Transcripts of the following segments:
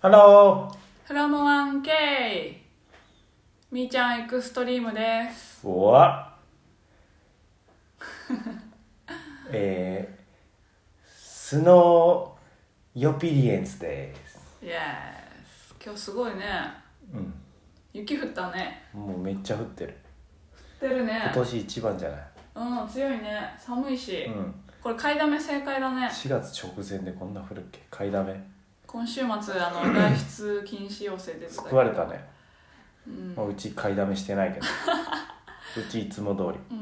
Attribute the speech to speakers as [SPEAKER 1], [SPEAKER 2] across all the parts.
[SPEAKER 1] ハロ
[SPEAKER 2] フロム 1K みーちゃんエクストリームです
[SPEAKER 1] ーおわ えー、スノーヨピリエンスです
[SPEAKER 2] イエス今日すごいね
[SPEAKER 1] うん
[SPEAKER 2] 雪降ったね
[SPEAKER 1] もうめっちゃ降ってる
[SPEAKER 2] 降ってる
[SPEAKER 1] 今
[SPEAKER 2] ね
[SPEAKER 1] 年一番じゃない
[SPEAKER 2] うん強いね寒いし、
[SPEAKER 1] うん
[SPEAKER 2] これ買いだめ正解だね
[SPEAKER 1] 4月直前でこんな降るっけ買いだめ
[SPEAKER 2] 今週末あ の外出禁止要請出てたけ
[SPEAKER 1] 救
[SPEAKER 2] ど
[SPEAKER 1] われたね、
[SPEAKER 2] うん
[SPEAKER 1] まあ、うち買いだめしてない けどうちいつも通り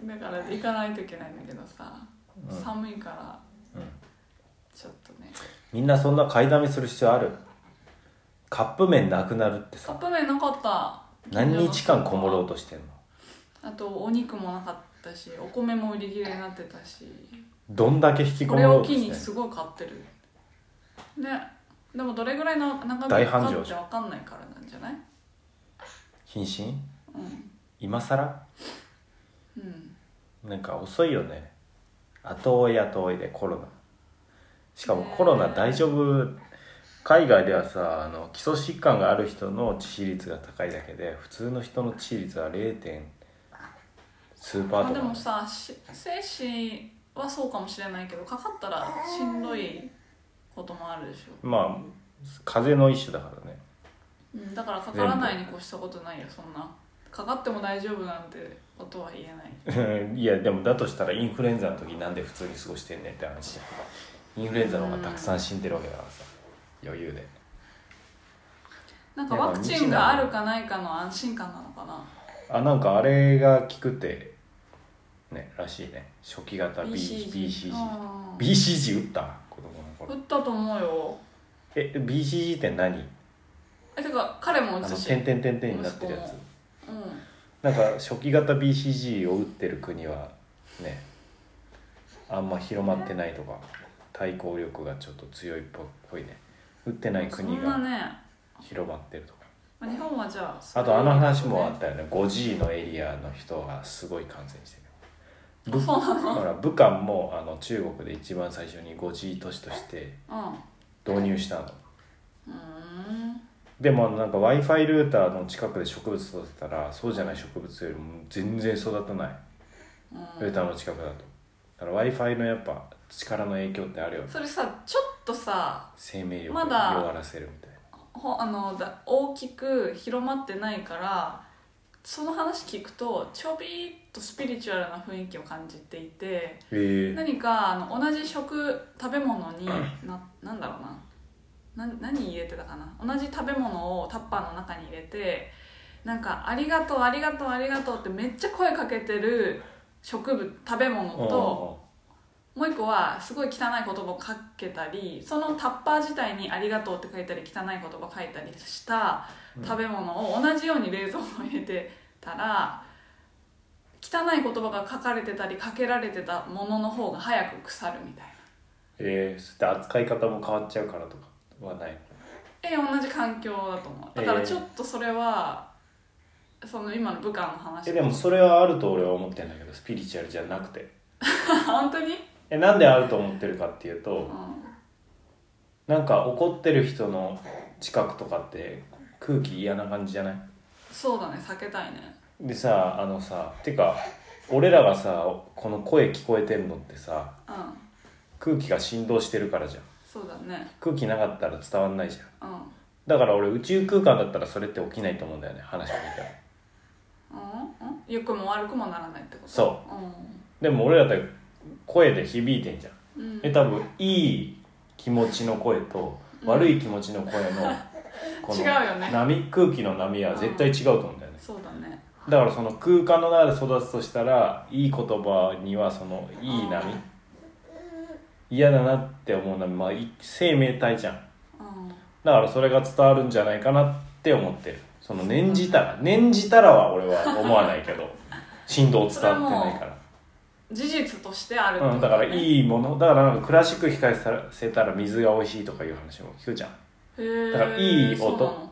[SPEAKER 2] うんだから行かないといけないんだけどさ、
[SPEAKER 1] うん
[SPEAKER 2] 寒いから
[SPEAKER 1] うん
[SPEAKER 2] ちょっとね
[SPEAKER 1] みんなそんな買いだめする必要あるカップ麺なくなるって
[SPEAKER 2] カ
[SPEAKER 1] さ
[SPEAKER 2] ップ麺なかった
[SPEAKER 1] 何日間こもろ
[SPEAKER 2] う
[SPEAKER 1] うとしてんの
[SPEAKER 2] あとお肉もなかったしお米も売り切れになってたし
[SPEAKER 1] どんだけ引きこも
[SPEAKER 2] これ
[SPEAKER 1] ろ
[SPEAKER 2] を
[SPEAKER 1] うと
[SPEAKER 2] 機
[SPEAKER 1] してん
[SPEAKER 2] に
[SPEAKER 1] の
[SPEAKER 2] すごい買ってるねでもどれぐらいの長引
[SPEAKER 1] 大
[SPEAKER 2] くか
[SPEAKER 1] 繁
[SPEAKER 2] っ
[SPEAKER 1] 盛
[SPEAKER 2] て
[SPEAKER 1] じゃ
[SPEAKER 2] 分かんないからなんじゃない
[SPEAKER 1] 謹慎
[SPEAKER 2] うん
[SPEAKER 1] 今更
[SPEAKER 2] うん
[SPEAKER 1] なんか遅いよね後追い後追いでコロナしかも
[SPEAKER 2] ねえ
[SPEAKER 1] コロナ大丈夫海外ではさあの基礎疾患がある人の致死率が高いだけで普通の人の致死率は 0. 点数パー
[SPEAKER 2] あ
[SPEAKER 1] と
[SPEAKER 2] で
[SPEAKER 1] か
[SPEAKER 2] もさし精子はそうかもしれないけどかかったらしんどいこともあるでしょ、
[SPEAKER 1] まあ風邪の一種だからね
[SPEAKER 2] うん、だからかからないに越したことないよそんなかかっても大丈夫なんてことは言えない
[SPEAKER 1] うん いやでもだとしたらインフルエンザの時なんで普通に過ごしてんねんって話じゃんインフルエンザの方がたくさん死んでるわけだからさ余裕で
[SPEAKER 2] なんかワクチンがあるかないかの安心感なのかな
[SPEAKER 1] あなんかあれが効くってねらしいね初期型 B-
[SPEAKER 2] BCG
[SPEAKER 1] BCG
[SPEAKER 2] うん
[SPEAKER 1] BCG 打った子供の
[SPEAKER 2] 打
[SPEAKER 1] 頃
[SPEAKER 2] ったと思うよ
[SPEAKER 1] え BCG って何
[SPEAKER 2] えてか彼
[SPEAKER 1] あ
[SPEAKER 2] も打
[SPEAKER 1] の
[SPEAKER 2] つし
[SPEAKER 1] 点々点々になってるやつ
[SPEAKER 2] うん
[SPEAKER 1] なんか初期型 BCG を打ってる国はねあんま広まってないとか対抗力がちょっと強いっぽいね打ってない国
[SPEAKER 2] そん
[SPEAKER 1] が
[SPEAKER 2] なね
[SPEAKER 1] 広まってるとか
[SPEAKER 2] まあ日本はじゃあ
[SPEAKER 1] あとあの話もあったよね 5G のエリアの人がすごい感染して る
[SPEAKER 2] あ
[SPEAKER 1] ぶ
[SPEAKER 2] そうなの
[SPEAKER 1] ほら武漢もあの中国で一番最初に 5G 都市として導入したの
[SPEAKER 2] うんうーん
[SPEAKER 1] でもなんか w i f i ルーターの近くで植物育てたらそうじゃない植物よりも全然育たない
[SPEAKER 2] うん
[SPEAKER 1] ルーターの近くだとだから w i f i のやっぱ力の影響ってあるよね
[SPEAKER 2] それさちょっとさ
[SPEAKER 1] 生命力を
[SPEAKER 2] ま
[SPEAKER 1] 弱
[SPEAKER 2] だ
[SPEAKER 1] らせるみたいな
[SPEAKER 2] ほあのだ大きく広まってないからその話聞くとちょびっとスピリチュアルな雰囲気を感じていて
[SPEAKER 1] へえ
[SPEAKER 2] 何かあの同じ食食べ物 にななんだろうなな何入れてたかな同じ食べ物をタッパーの中に入れてなんか「ありがとうありがとうありがとう」ってめっちゃ声かけてる植物食べ物と。もう一個はすごい汚い言葉をかけたりそのタッパー自体に「ありがとう」って書いたり汚い言葉書いたりした
[SPEAKER 1] うん
[SPEAKER 2] 食べ物を同じように冷蔵庫に入れてたら汚い言葉が書かれてたりかけられてたものの方が早く腐るみたいな
[SPEAKER 1] えー、そして扱い方も変わっちゃうからとかはない
[SPEAKER 2] え同じ環境だと思うだからちょっとそれは、その今の武漢の話
[SPEAKER 1] えでもそれはあると俺は思ってんだけどスピリチュアルじゃなくて
[SPEAKER 2] 本当に、
[SPEAKER 1] えなんであると思ってるかっていう
[SPEAKER 2] う
[SPEAKER 1] と
[SPEAKER 2] ん、
[SPEAKER 1] なんか怒ってる人の近くとかって空気嫌な感じじゃない
[SPEAKER 2] そうだね避けたいね
[SPEAKER 1] でさあのさてか俺らがさこの声聞こえてんのってさ
[SPEAKER 2] うん
[SPEAKER 1] 空気が振動してるからじゃん
[SPEAKER 2] そうだね
[SPEAKER 1] 空気なかったら伝わんないじゃん
[SPEAKER 2] うん
[SPEAKER 1] だから俺宇宙空間だったらそれって起きないと思うんだよね話を聞いたら
[SPEAKER 2] うんうん良くも悪くもならないってこと
[SPEAKER 1] そう
[SPEAKER 2] うん
[SPEAKER 1] でも俺らって声で響いてんじゃん
[SPEAKER 2] うん
[SPEAKER 1] え多分いい気持ちの声と
[SPEAKER 2] うん
[SPEAKER 1] 悪い気持ちの 声のこの
[SPEAKER 2] 違うよね
[SPEAKER 1] 波空気の波は絶対違うと思うんだよね
[SPEAKER 2] そうだね
[SPEAKER 1] だからその空間の中で育つとしたらいい言葉にはそのいい波
[SPEAKER 2] うん
[SPEAKER 1] 嫌だなって思う波まあい生命体じゃん
[SPEAKER 2] うん
[SPEAKER 1] だからそれが伝わるんじゃないかなって思ってるその念じたら念じたらは俺は思わないけ ど振動伝わってないから
[SPEAKER 2] 事実としてあるって
[SPEAKER 1] うん、だからいいものだからなんかクラシック控えさせたら水が美味しいとかいう話も聞くじゃん
[SPEAKER 2] へえ
[SPEAKER 1] だからいい音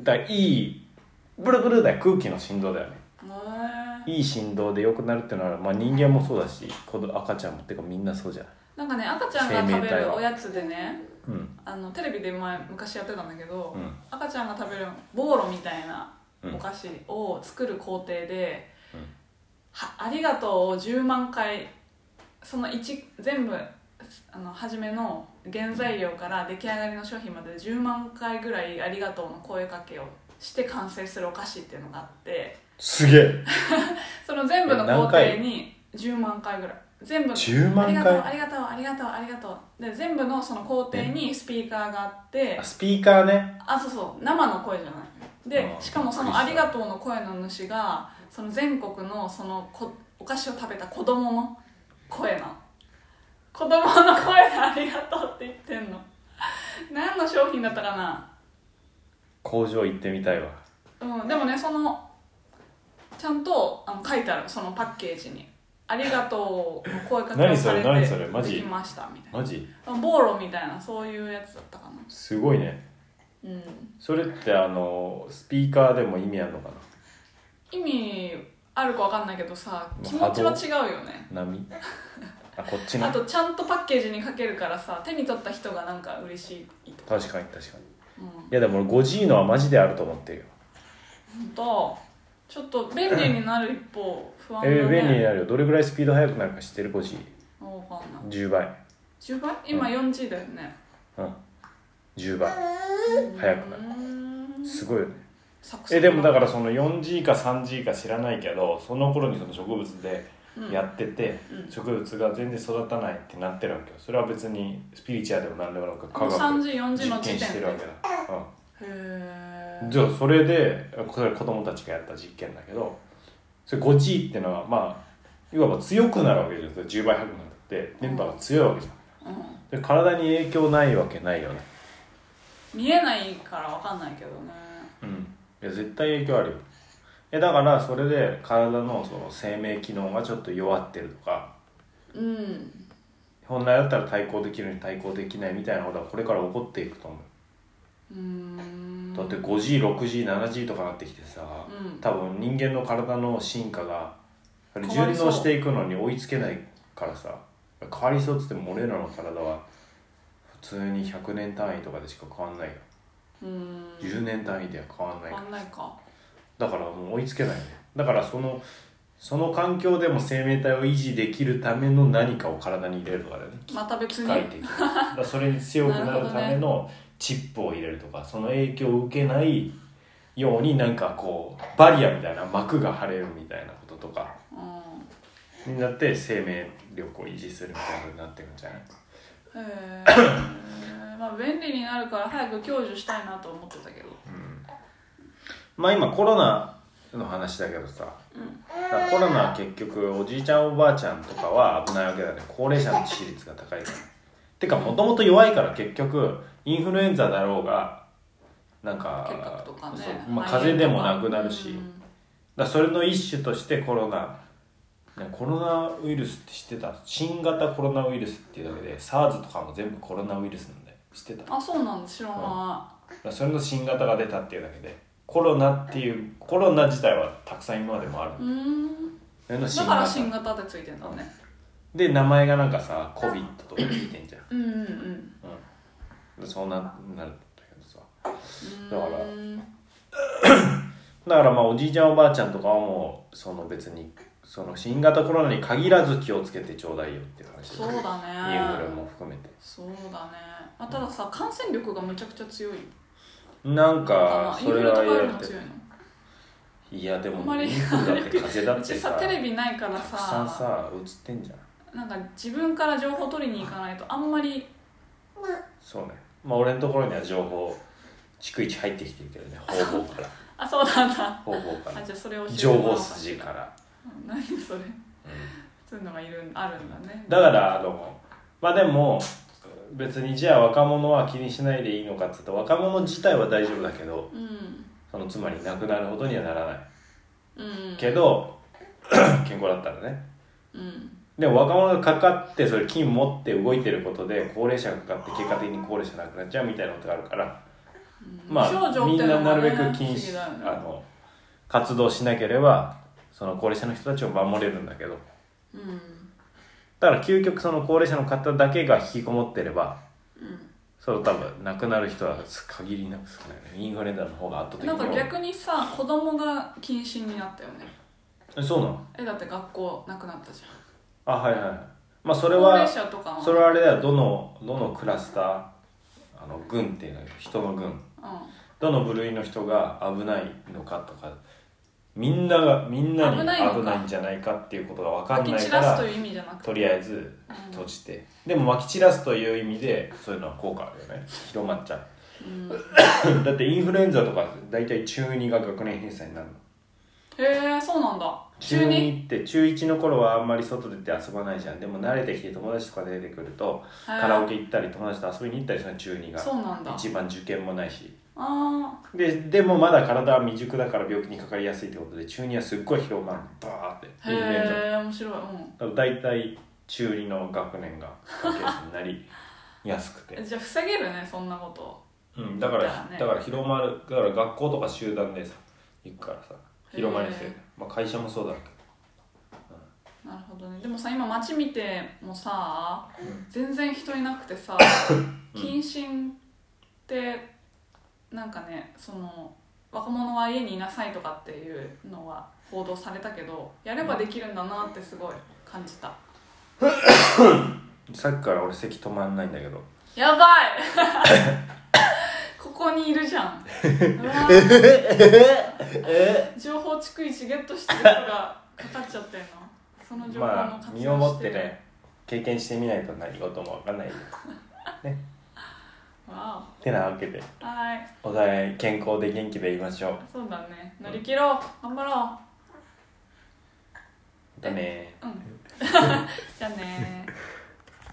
[SPEAKER 1] だからいいブルブルだよ空気の振動だよねいい振動で良くなるっていうのは、まあ、人間もそうだし子供赤ちゃんもっていうかみんなそうじゃん
[SPEAKER 2] なんかね赤ちゃんが食べるおやつでね
[SPEAKER 1] うん
[SPEAKER 2] あのテレビで前昔やってたんだけど、
[SPEAKER 1] うん
[SPEAKER 2] 赤ちゃんが食べるボーロみたいな
[SPEAKER 1] うん
[SPEAKER 2] お菓子を作る工程で「
[SPEAKER 1] うん
[SPEAKER 2] はありがとう」を10万回その一全部あの初めの原材料から出来上がりの商品まで10万回ぐらい「ありがとう」の声かけをして完成するお菓子っていうのがあって
[SPEAKER 1] すげえ
[SPEAKER 2] その全部の
[SPEAKER 1] え
[SPEAKER 2] 工
[SPEAKER 1] 何
[SPEAKER 2] 程
[SPEAKER 1] 回
[SPEAKER 2] に10万回ぐらい全部
[SPEAKER 1] 10
[SPEAKER 2] あり
[SPEAKER 1] 万
[SPEAKER 2] がとう
[SPEAKER 1] 回
[SPEAKER 2] ありがとうありがとうありがとうで全部のその工程にスピーカーがあって
[SPEAKER 1] あスピーカーね
[SPEAKER 2] あそうそう生の声じゃないで
[SPEAKER 1] あー
[SPEAKER 2] しかもそ
[SPEAKER 1] び
[SPEAKER 2] の「
[SPEAKER 1] っ
[SPEAKER 2] あ
[SPEAKER 1] く
[SPEAKER 2] り
[SPEAKER 1] りした
[SPEAKER 2] がとう」の声の主がその全国のそのこお菓子を食べた子供の声なの子供の声で「ありがとう」って言ってんの何の商品だったかな
[SPEAKER 1] 工場行ってみたいわ
[SPEAKER 2] うんでもねそのちゃんとあの書いてあるそのパッケージに「ありがとう」の声かけを
[SPEAKER 1] 何そ
[SPEAKER 2] され
[SPEAKER 1] れ
[SPEAKER 2] て
[SPEAKER 1] 何それマジ
[SPEAKER 2] できましたみたい
[SPEAKER 1] マジ
[SPEAKER 2] なボーロみたいなそういうやつだったかな
[SPEAKER 1] すごいね
[SPEAKER 2] うん
[SPEAKER 1] それってあのスピーカーでも意味あるのか
[SPEAKER 2] 意味あるかわかんないけどさ
[SPEAKER 1] まあ
[SPEAKER 2] 気持ちは違うよね
[SPEAKER 1] な波あこっち
[SPEAKER 2] あ
[SPEAKER 1] の
[SPEAKER 2] とちゃんとパッケージにかけるからさ手に取った人がなんか嬉しいとか、
[SPEAKER 1] 確かに確かに
[SPEAKER 2] うん、
[SPEAKER 1] いやでも俺 5G のはマジであると思ってるよ
[SPEAKER 2] ほんとちょっと便利になる一方不安だ
[SPEAKER 1] え
[SPEAKER 2] ね
[SPEAKER 1] ー、便利になるよどれぐらいスピード速くなるか知ってる 5G10
[SPEAKER 2] わかんない
[SPEAKER 1] 倍
[SPEAKER 2] 10倍今 4G だよね、
[SPEAKER 1] うん10倍早くなる
[SPEAKER 2] うーん
[SPEAKER 1] すごいよね
[SPEAKER 2] サクサク
[SPEAKER 1] えでもだからその 4G か 3G か知らないけどその頃にその植物で
[SPEAKER 2] うん
[SPEAKER 1] やってて、
[SPEAKER 2] うん
[SPEAKER 1] 植物が全然育たないってなってるわけよそれは別にスピリチュアでも何でもなく
[SPEAKER 2] も
[SPEAKER 1] 科
[SPEAKER 2] う
[SPEAKER 1] 学
[SPEAKER 2] 3 0 4 0の
[SPEAKER 1] 実
[SPEAKER 2] 時点
[SPEAKER 1] 験
[SPEAKER 2] で
[SPEAKER 1] してるわけだ、
[SPEAKER 2] へ
[SPEAKER 1] うん、
[SPEAKER 2] え
[SPEAKER 1] じゃあそれでこれ子供たちがやった実験だけどそれ 5G ってのはまあいわば強くなるわけじゃんそれ10倍速くなって電波が強いわけじゃん
[SPEAKER 2] うん、
[SPEAKER 1] で体に影響ないわけないよね
[SPEAKER 2] 見えないからわかんないけどね
[SPEAKER 1] うんいや絶対影響あるよえだからそれで体のその生命機能がちょっと弱ってるとか
[SPEAKER 2] うん
[SPEAKER 1] 本来だったら対抗できるのに対抗できないみたいなことはこれから起こっていくと思
[SPEAKER 2] うーん
[SPEAKER 1] うだって 5G6G7G とかなってきてさ
[SPEAKER 2] うん
[SPEAKER 1] 多分人間の体の進化が
[SPEAKER 2] 変わりそう
[SPEAKER 1] 順応していくのに追いつけないからさ変わりそうっつっても俺らの体は普通に100年単位とかでしか変わんないよ
[SPEAKER 2] うーん
[SPEAKER 1] 10年単位では変わんない
[SPEAKER 2] 変
[SPEAKER 1] から
[SPEAKER 2] わんないか
[SPEAKER 1] だからもう追いつけないねだからそのその環境でも生命体を維持できるための何かを体に入れるとかだよね
[SPEAKER 2] また別
[SPEAKER 1] 機
[SPEAKER 2] に
[SPEAKER 1] 械的なだからそれに強くなるため
[SPEAKER 2] なる
[SPEAKER 1] のチップを入れるとかその影響を受けないようになんかこうバリアみたいな膜が張れるみたいなこととか
[SPEAKER 2] う
[SPEAKER 1] になって生命力を維持するみたいなことになってるんじゃない
[SPEAKER 2] んへえ まあ便利になるから早く享受したいなと思ってたけど
[SPEAKER 1] まあ今コロナの話だけどさ
[SPEAKER 2] うん
[SPEAKER 1] だからコロナは結局おじいちゃんおばあちゃんとかは危ないわけだね高齢者の致死率が高いからてかもともと弱いから結局インフルエンザだろうがなんか
[SPEAKER 2] 結核とかね
[SPEAKER 1] そうまあ、風邪でもなくなるし、
[SPEAKER 2] う
[SPEAKER 1] だか
[SPEAKER 2] ん
[SPEAKER 1] らそれの一種としてコロナねコロナウイルスって知ってた新型コロナウイルスっていうだけで SARS とかも全部コロナウイルスなんだよ知ってただか
[SPEAKER 2] あそうなんだ知らな
[SPEAKER 1] らそれの新型が出たっていうだけでコロナっていうコロナ自体はたくさん今までもある
[SPEAKER 2] いうん
[SPEAKER 1] それの
[SPEAKER 2] だから新型ってついてんだね
[SPEAKER 1] で名前がなんかさ COVID とか聞いてんじゃん、
[SPEAKER 2] うんうんうん
[SPEAKER 1] うん、でそうななるんだけどさだから
[SPEAKER 2] うん
[SPEAKER 1] だからまあおじいちゃんおばあちゃんとかはもうその別にその新型コロナに限らず気をつけてちょうだいよっていう話
[SPEAKER 2] そうだ
[SPEAKER 1] インフル
[SPEAKER 2] ね
[SPEAKER 1] も含めて
[SPEAKER 2] そうだねまあたださ感染力がむちゃくちゃ強い
[SPEAKER 1] なん
[SPEAKER 2] か
[SPEAKER 1] か
[SPEAKER 2] なイン
[SPEAKER 1] そ
[SPEAKER 2] フ
[SPEAKER 1] れ
[SPEAKER 2] ル
[SPEAKER 1] は
[SPEAKER 2] とかよ
[SPEAKER 1] や
[SPEAKER 2] りも
[SPEAKER 1] って
[SPEAKER 2] 強いの
[SPEAKER 1] いやで
[SPEAKER 2] あん
[SPEAKER 1] も
[SPEAKER 2] ま
[SPEAKER 1] イ
[SPEAKER 2] り
[SPEAKER 1] ンフルだって風邪だ
[SPEAKER 2] う
[SPEAKER 1] っ
[SPEAKER 2] ち
[SPEAKER 1] て
[SPEAKER 2] さ
[SPEAKER 1] さ
[SPEAKER 2] テレビないから
[SPEAKER 1] たくさんさ映ってんじゃん
[SPEAKER 2] なんか自分から情報取りに行かないとあんまり
[SPEAKER 1] そうねまあ俺のところには情報逐一入ってきてるけどね方々から
[SPEAKER 2] あそうなんだ
[SPEAKER 1] 方々か
[SPEAKER 2] あ
[SPEAKER 1] ら
[SPEAKER 2] じゃあそれを教えて
[SPEAKER 1] 情
[SPEAKER 2] もら
[SPEAKER 1] 報
[SPEAKER 2] おう
[SPEAKER 1] 筋から、
[SPEAKER 2] うん 何それ
[SPEAKER 1] うん
[SPEAKER 2] そういうのがいるんあるんだね
[SPEAKER 1] だからあのまあでも別にじゃあ若者は気にしないでいいのかって言うと若者自体は大丈夫だけど
[SPEAKER 2] うん
[SPEAKER 1] そのつまり亡くなるほどにはならない
[SPEAKER 2] うん
[SPEAKER 1] けど 健康だったらね
[SPEAKER 2] うん
[SPEAKER 1] でも若者がかかってそれ菌持って動いてることで高齢者がかかって結果的に高齢者亡くなっちゃうみたいなことがあるから
[SPEAKER 2] うん
[SPEAKER 1] ま
[SPEAKER 2] 無症
[SPEAKER 1] あ
[SPEAKER 2] 状
[SPEAKER 1] み
[SPEAKER 2] って
[SPEAKER 1] ん
[SPEAKER 2] いうの
[SPEAKER 1] な
[SPEAKER 2] が
[SPEAKER 1] なるべ
[SPEAKER 2] ね
[SPEAKER 1] く禁
[SPEAKER 2] 不思議
[SPEAKER 1] 止
[SPEAKER 2] だよね
[SPEAKER 1] あの活動しなければその高齢者の人たちを守れるんだけど
[SPEAKER 2] うん
[SPEAKER 1] だから究極その高齢者の方だけが引きこもってればそう多分亡くなる人は限りなく少ないよねインフルエンザの方が圧倒的
[SPEAKER 2] なんか
[SPEAKER 1] に
[SPEAKER 2] 逆にさ子供が禁止になったよね
[SPEAKER 1] 多いそうなの
[SPEAKER 2] えだって学校なくなったじゃん
[SPEAKER 1] あはいはいまあそ
[SPEAKER 2] そ
[SPEAKER 1] れは
[SPEAKER 2] 高齢者とかは
[SPEAKER 1] それはあれだよどのどのクラスターあの軍っていうのよ人の軍どの部類の人が危ないのかとかみんながみんなに
[SPEAKER 2] 危ないのか
[SPEAKER 1] 危ないんじゃないかっていうことが分か
[SPEAKER 2] うんん、
[SPEAKER 1] な
[SPEAKER 2] ま
[SPEAKER 1] い
[SPEAKER 2] き散
[SPEAKER 1] から
[SPEAKER 2] す
[SPEAKER 1] ら
[SPEAKER 2] という意味じゃなくて
[SPEAKER 1] とりあえず
[SPEAKER 2] うん
[SPEAKER 1] 閉じて、でもまき散らすという意味でそういうのは効果あるよね広まっちゃ う
[SPEAKER 2] うん
[SPEAKER 1] だってインフルエンザとか大体中2が学年閉鎖になるの
[SPEAKER 2] へえそうなんだ
[SPEAKER 1] 中2って中1の頃はあんまり外出て遊ばないじゃんでも慣れてきて友達とか出てくるとカ
[SPEAKER 2] カ
[SPEAKER 1] ラオケ行ったり友達と遊びに行ったりするの中2が
[SPEAKER 2] そうなんだ
[SPEAKER 1] 一番受験もないし
[SPEAKER 2] あ
[SPEAKER 1] ででもまだ体は未熟だから病気にかかりやすいってことで中2はすっごい広まるバーって
[SPEAKER 2] ー
[SPEAKER 1] インフルエンザ
[SPEAKER 2] へえ面白いうん
[SPEAKER 1] だから大体中2の学年が関係者になりやすくて
[SPEAKER 2] え、じゃあ防げるねそんなこと
[SPEAKER 1] うん、だから
[SPEAKER 2] だね
[SPEAKER 1] だから広まるだから学校とか集団でさ行くからさ広まりやすいよね、まあ、会社もそうだけ
[SPEAKER 2] なるほどねでもさ今街見てもさ
[SPEAKER 1] ど、
[SPEAKER 2] 全然人いなくて さ
[SPEAKER 1] うん
[SPEAKER 2] 謹慎ってなんかねその若者は家にいなさいとかっていうのは報道されたけどやればできるんだなってすごい感じた
[SPEAKER 1] さっきから俺咳止まんないんだけど
[SPEAKER 2] や ばいここにいるじゃんうわー情報逐一ゲットしてる人がかかっちゃってるのその情報
[SPEAKER 1] ま
[SPEAKER 2] の
[SPEAKER 1] あ
[SPEAKER 2] 活
[SPEAKER 1] 身を
[SPEAKER 2] 用
[SPEAKER 1] も
[SPEAKER 2] し
[SPEAKER 1] ってて
[SPEAKER 2] る、
[SPEAKER 1] ね経験してみないと何事もわかんないよ
[SPEAKER 2] わ
[SPEAKER 1] てなわけで
[SPEAKER 2] おはい
[SPEAKER 1] お互い健康で元気でいましょう
[SPEAKER 2] そうだね乗り切ろう頑張ろ
[SPEAKER 1] だね
[SPEAKER 2] ううん じゃあねー